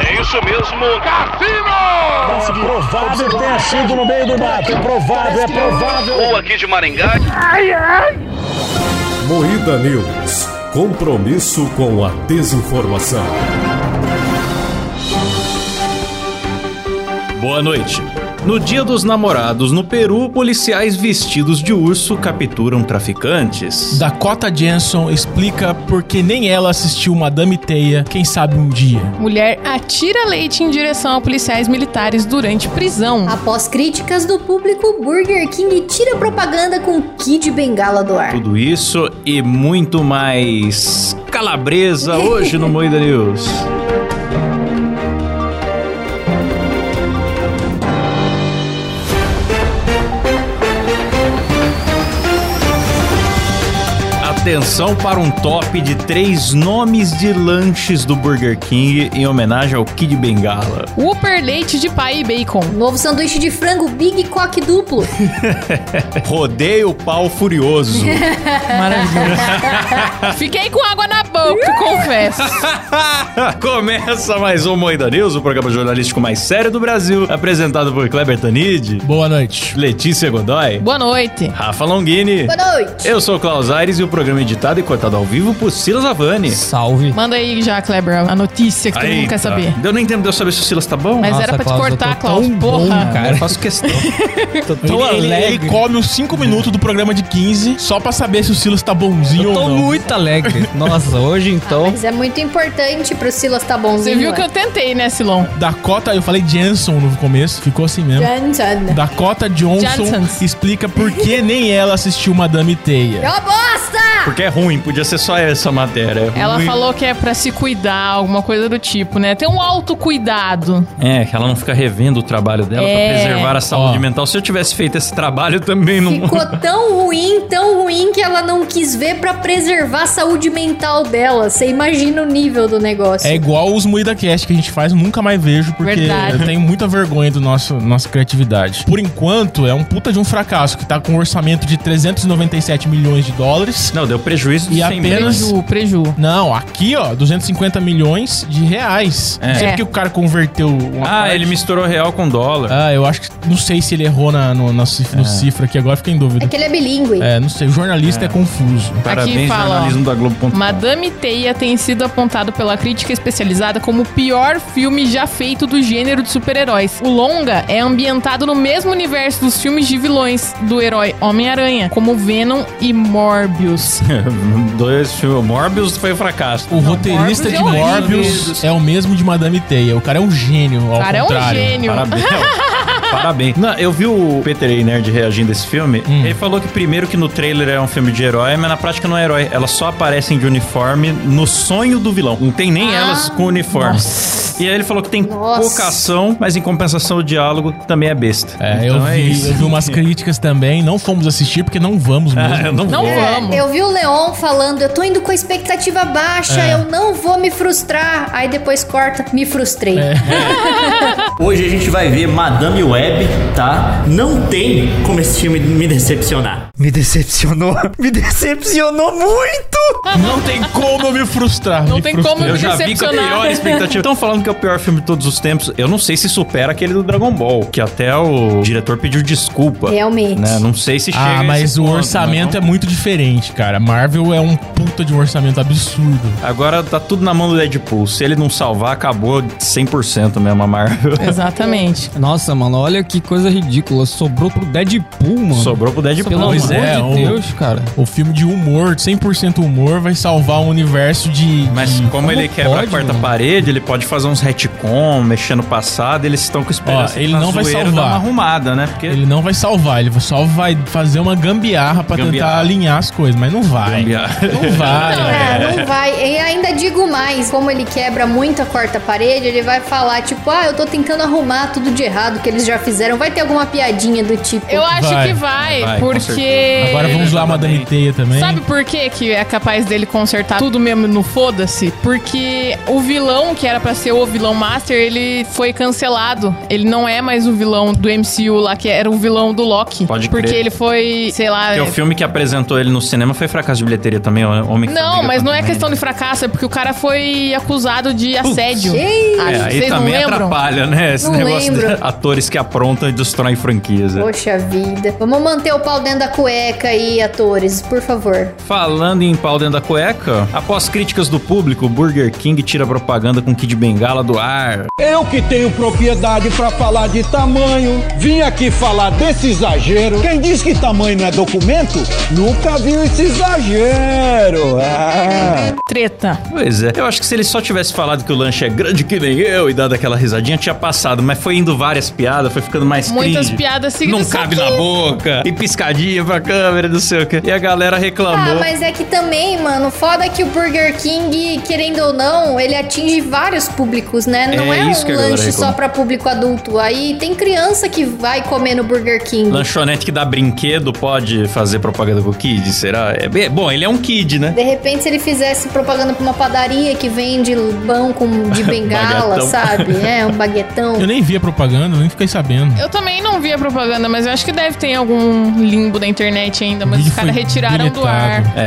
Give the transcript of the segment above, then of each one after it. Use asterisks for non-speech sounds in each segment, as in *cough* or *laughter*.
É isso mesmo, Cassino! É provável que tenha sido no meio do mato. É provável, é provável. Ou aqui de Maringá. Moída News. Compromisso com a desinformação. Boa noite. No Dia dos Namorados no Peru, policiais vestidos de urso capturam traficantes. Dakota Johnson explica por que nem ela assistiu Madame Teia, quem sabe um dia. Mulher atira leite em direção a policiais militares durante prisão. Após críticas do público, Burger King tira propaganda com Kid Bengala do ar. Tudo isso e muito mais calabresa hoje no Moída News. Atenção para um top de três nomes de lanches do Burger King em homenagem ao Kid Bengala. Whopper leite de pai e bacon. *laughs* Novo sanduíche de frango Big Cock *laughs* duplo. Rodeio pau furioso. Maravilhoso. *laughs* Fiquei com água na boca, confesso. *laughs* Começa mais um Moída News, o programa jornalístico mais sério do Brasil, apresentado por Kleber Tanid, Boa noite. Letícia Godoy, Boa noite. Rafa Longini. Boa noite. Eu sou o Klaus Aires e o programa é editado e cortado ao vivo por Silas Avani. Salve. Manda aí já, Kleber, a notícia que todo mundo Eita. quer saber. Deu nem tempo de eu saber se o Silas tá bom? Mas era pra te cortar, Klaus. Porra. Eu faço questão. Ah, *laughs* Tô Ele, tão Então, ele- ele é alegre. come os 5 minutos do programa de 15 só pra saber se o Silas tá bonzinho Eu ou tô não. muito alegre. Nossa, hoje então. Mas é muito importante pro Silas tá Você bonzinho. viu que eu tentei, né, Silon? Dakota, eu falei Jensen no começo, ficou assim mesmo. Johnson. Dakota Johnson Johnsons. explica *laughs* por que nem ela assistiu Madame É Teia. uma bosta! Porque é ruim, podia ser só essa matéria. É Ela ruim. falou que é pra se cuidar, alguma coisa do tipo, né? Tem um autocuidado. É, que ela não fica revendo o trabalho dela É. pra preservar a saúde Ó. mental. Se eu tivesse feito esse trabalho, eu também não. Ficou tão ruim, tão ruim que ela não quis ver pra preservar a saúde mental dela. Você imagina o nível do negócio. É igual os Moída Cast que a gente faz, nunca mais vejo, porque Verdade. eu tenho muita vergonha do nosso nossa criatividade. Por enquanto, é um puta de um fracasso, que tá com um orçamento de 397 milhões de dólares. Não, deu prejuízo de E 100 milhões. apenas- Preju, preju. Não, aqui, ó, 250 milhões de reais. É. Não sei É. porque o cara converteu uma Ah, parte. ele misturou real com dólar. Ah, eu acho que. Não sei se ele errou na, no, na cif- É. no cifra aqui agora, fiquei em É dúvida. que ele é bilíngue. É, não sei, o jornalista é, confuso. Parabéns, fala, ó. jornalismo da Globo. Madame Teia tem sido apontado pela crítica especializada como o pior filme já feito do gênero de super-heróis. O longa é ambientado no mesmo universo dos filmes de vilões do herói Homem-Aranha, como Venom e Morbius. *laughs* Dois filmes. Morbius foi um fracasso. O roteirista Morbius é de horrível. um Morbius é o mesmo de Madame Teia. O cara é um gênio, O ao cara é um contrário. gênio. Parabéns. Parabéns. Não, eu vi o Peter A. Nerd reagindo a esse filme. Hum. Ele falou que primeiro que no trailer é um filme de herói, mas na prática não é herói. Elas só aparecem de uniforme no sonho do vilão. Não tem nem elas com uniforme. E aí ele falou que tem Nossa. pouca ação, mas em compensação o diálogo também é besta. É, eu, vi, eu *laughs* vi umas críticas também. Não fomos assistir porque não vamos mesmo. Ah, eu não Não vou. vamos. É, Eu vi o Leon falando, eu tô indo com a expectativa baixa, É. eu não vou me frustrar. Aí depois corta, me frustrei. É. Hoje a gente vai ver Madame Web, tá? Não tem como esse filme me decepcionar. Me decepcionou. Me decepcionou muito. Não tem como eu me frustrar. Não me tem frustrei. como Eu me já vi com a pior decepcionar. expectativa. Estão falando que é o pior filme de todos os tempos. Eu não sei se supera aquele do Dragon Ball, que até o diretor pediu desculpa. Realmente. Né? Não sei se chega. Ah, a mas esse o ponto, orçamento né? é muito diferente, cara. Marvel é um puta de um orçamento absurdo. Agora tá tudo na mão do Deadpool. Se ele não salvar, acabou 100% mesmo a Marvel. *laughs* Exatamente. Nossa, mano, olha que coisa ridícula. Sobrou pro Deadpool, mano. *laughs* Sobrou um- pro Deadpool. Pelo Pois amor é, de o- Deus, cara. O filme de humor, 100% humor, vai salvar o universo de. Mas de- como, ele quebra pode, a quarta mano? parede, ele pode fazer uns retcon, mexer no passado, eles estão com esperança. Ó, ele na não vai zoeira salvar. Dar uma arrumada, né? Porque *laughs* Ele não vai salvar, ele só vai fazer uma gambiarra pra Gambiarra. tentar alinhar as coisas, mas não vai. Não vai. Não, Ah, é, não vai. E ainda digo mais, como ele quebra muito a quarta parede, ele vai falar, tipo, ah, eu tô tentando arrumar tudo de errado que eles já fizeram. Vai ter alguma piadinha do tipo. Eu acho Vai. que vai, Vai, com porque... certeza. Agora vamos lá, Madame Teia também. é. Sabe por que que é capaz dele consertar tudo mesmo no foda-se? Porque o vilão que era pra ser o vilão master, ele foi cancelado. Ele não é mais o vilão do MCU lá, que era o vilão do Loki. Pode Porque crer. ele foi, sei lá... Porque o filme que apresentou ele no cinema foi fracasso de bilheteria também, Homem é Não, mas não é questão de fracasso, é porque o cara foi acusado de assédio. Ei, Acho que aí vocês não também lembram. atrapalha, né? Esse Não negócio lembro. de atores que aprontam e destroem franquias. né? Poxa vida. Vamos manter o pau dentro da cueca aí, atores, por favor. Falando em pau dentro da cueca, após críticas do público, Burger King tira propaganda com Kid Bengala do ar. Eu que tenho propriedade pra falar de tamanho, vim aqui falar desse exagero. Quem diz que tamanho não é documento, nunca viu esse exagero. Ah. Treta. Pois é. Eu acho que se ele só tivesse falado que o lanche é grande que nem eu e dado aquela risadinha, tinha passado. Mas foi indo várias piadas, foi ficando mais Muitas cringe. piadas seguidas. Não só cabe que- na boca. E piscadinha pra câmera, não sei o quê. E a galera Ah, reclamou. mas é que também, mano, foda que o Burger King, querendo ou não, ele atinge vários públicos, né? Não é, É isso que a um galera lanche só reclama. pra público adulto. Aí tem criança que vai comer no Burger King. Lanchonete que dá brinquedo pode fazer propaganda com o Kid, será? É, bem- bom, ele é um Kid, né? De repente, se ele fizesse propaganda pra uma padaria que vende pão *laughs* com, de bengala, Baguetão. sabe? É, um baguetão. Um Eu nem vi a propaganda, nem fiquei sabendo. Eu também não vi a propaganda, mas eu acho que deve ter algum limbo da internet ainda, mas os Vídeo caras foi retiraram do ar. deletado.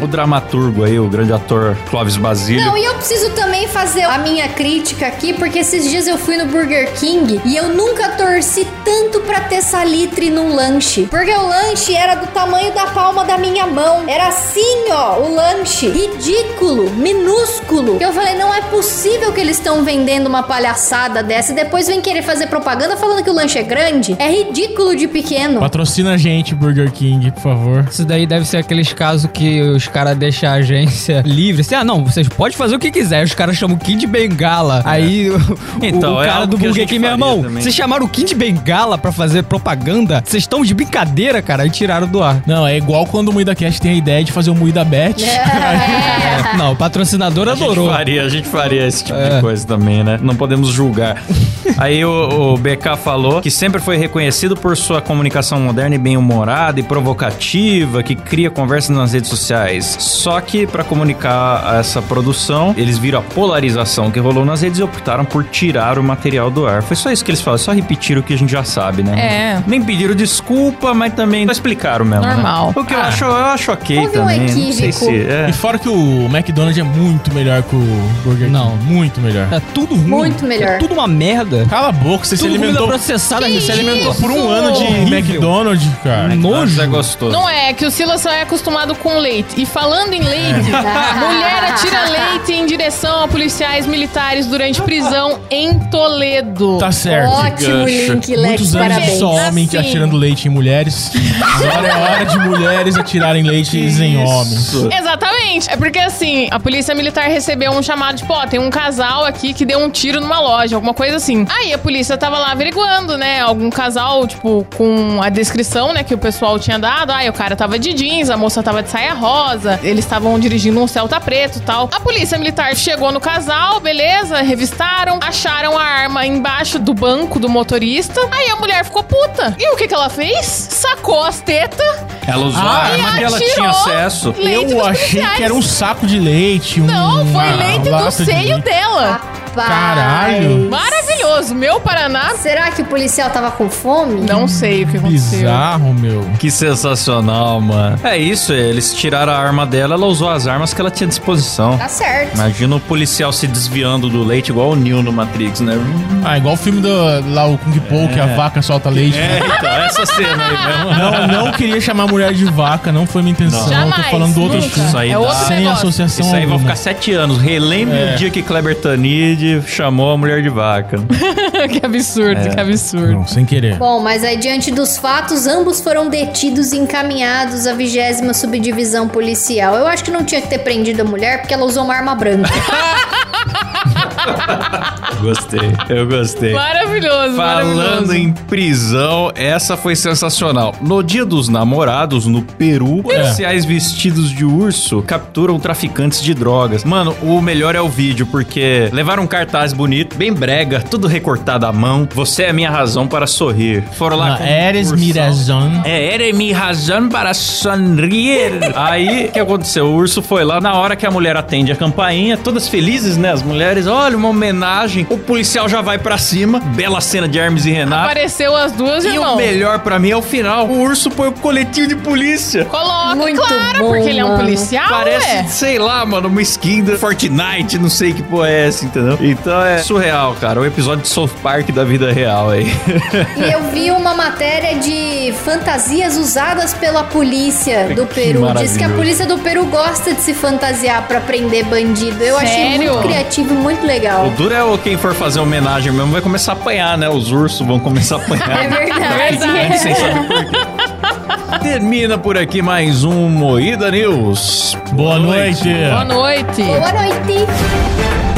É, o dramaturgo aí, o grande ator Clóvis Basílio. Não, e eu preciso também fazer a minha crítica aqui, porque esses dias eu fui no Burger King e eu nunca torci tanto pra ter salitre num lanche. Porque o lanche era do tamanho da palma da minha mão. Era assim, ó, o lanche. Ridículo, minúsculo. Eu falei, não é possível que eles estão vendendo uma palhaçada dessa e depois vem querer fazer propaganda falando que o lanche é grande. É ridículo de pequeno. Patrocina a gente, Burger King, por favor. Isso daí deve ser aqueles casos que os caras deixam a agência *laughs* livre. Assim, ah, não, vocês podem fazer o que quiser. Os caras chamam o Kid Bengala. Aí o, É. *laughs* Então, o é cara algo do que a Burger gente King, meu faria irmão, também. vocês chamaram o Kid Bengala pra fazer propaganda? Vocês estão de brincadeira, cara. E tiraram do ar. Não, é igual quando o Moída Cast tem a ideia de fazer o Moída Bet. *laughs* É. Não, o patrocinador adorou. A gente faria, a gente faria esse tipo de É. coisa também, né? Não podemos *laughs* julgar. Aí o, o BK falou que sempre foi reconhecido por sua comunicação moderna e bem-humorada e provocativa, que cria conversa nas redes sociais. Só que pra comunicar essa produção, eles viram a polarização que rolou nas redes e optaram por tirar o material do ar. Foi só isso que eles falaram, só repetiram o que a gente já sabe, né? É. Nem pediram desculpa, mas também não explicaram mesmo. né? Normal. O que eu acho, eu acho ok Houve um também. Não sei equívoco. se é. E fora que o McDonald's é muito melhor que o Burger King. Não. muito melhor. Tá tudo ruim. Muito melhor. Tá tudo uma merda. Cala a boca, você se tudo é comida alimentou processada. Que Você se alimentou isso? por um ano ano de de McDonald's. McDonald's, cara. Nossa, Nojo. é gostoso. Não é, é que o Silas só é acostumado com leite. E falando em leite, mulher atira leite em direção a policiais militares durante prisão em Toledo. Tá certo. Ótimo link, Lex, Muitos anos parabéns. só homem que Assim. atirando leite em mulheres. Agora é hora de mulheres atirarem leite em homens. Exatamente. É porque assim, a polícia militar recebeu um chamado, tipo, ó, tem um casal aqui que deu um tiro numa loja, alguma coisa assim. Aí a polícia tava lá averiguando, né? Algum casal, tipo, com a descrição, né, que o pessoal tinha dado. Aí o cara tava de jeans, a moça tava de saia rosa, eles estavam dirigindo um Celta preto e tal. A polícia militar chegou no casal, beleza, revistaram, acharam a arma embaixo do banco do motorista. Aí a mulher ficou puta. E o que que ela fez? Sacou as tetas Ela usou a Ah, arma e que ela atirou. tinha acesso. Leite Eu dos achei policiais. que era um saco de leite. Um, Não, foi uma leite do lata de seio leite. dela. Vai. Caralho. Maravilhoso. Meu Paraná, Será que o policial tava com fome? não sei o que aconteceu. Bizarro, meu. Que sensacional, mano. É isso, eles tiraram a arma dela, ela usou as armas que ela tinha à disposição. Tá certo. Imagina o policial se desviando do leite igual o Neo no Matrix, né? *laughs* Ah, igual o filme do, lá, o Kung Po, que a vaca solta leite. É, então, essa cena aí mesmo. Não, não queria chamar a mulher de vaca, não foi minha intenção. Não. Tô Jamais, falando do outro nunca. filme. Isso aí É outro dá. Sem negócio. associação Isso aí vai alguma. ficar sete anos. Relembre o dia que Kleber Tanid chamou a mulher de vaca. *laughs* que absurdo, É. que absurdo. Não, sem querer. Bom, mas aí diante dos fatos, ambos foram detidos e encaminhados à vigésima subdivisão policial. Eu acho que não tinha que ter prendido a mulher porque ela usou uma arma branca. *laughs* Gostei, eu gostei. Maravilhoso, Falando maravilhoso. em prisão, essa foi sensacional. No dia dos namorados, no Peru, É. policiais vestidos de urso capturam traficantes de drogas. Mano, o melhor é o vídeo, porque levaram um cartaz bonito, bem brega, tudo recortado à mão. Você é a minha razão para sorrir. Foram lá Na com um Ah, Eres ursão. Mirazan. É, era mi razão para sonrir. Aí, o que aconteceu? O urso foi lá, na hora que a mulher atende a campainha, todas felizes, né? As mulheres, ó, caralho, uma homenagem. O policial já vai pra cima. Bela cena de Hermes e Renato. Apareceu as duas, E irmão. o melhor pra mim é o final. O urso põe o coletinho de polícia. Coloca, Muito claro, bom, porque ele é um mano. policial, Parece, ué. sei lá, mano, uma skin do Fortnite, não sei que porra é essa, entendeu? Então é surreal, cara. O episódio de South Park da vida real aí. *laughs* E eu vi uma matéria de fantasias usadas pela polícia do Que Peru. Diz que a maravilhoso. polícia do Peru gosta de se fantasiar pra prender bandido. Eu achei Sério? muito criativo, e muito O legal. duro é o quem for fazer homenagem mesmo vai começar a apanhar, né? Os ursos vão começar a *laughs* É apanhar. verdade. né? Sem saber por quê. *laughs* Termina por aqui mais um Moída News. Boa noite. Boa noite. Boa noite.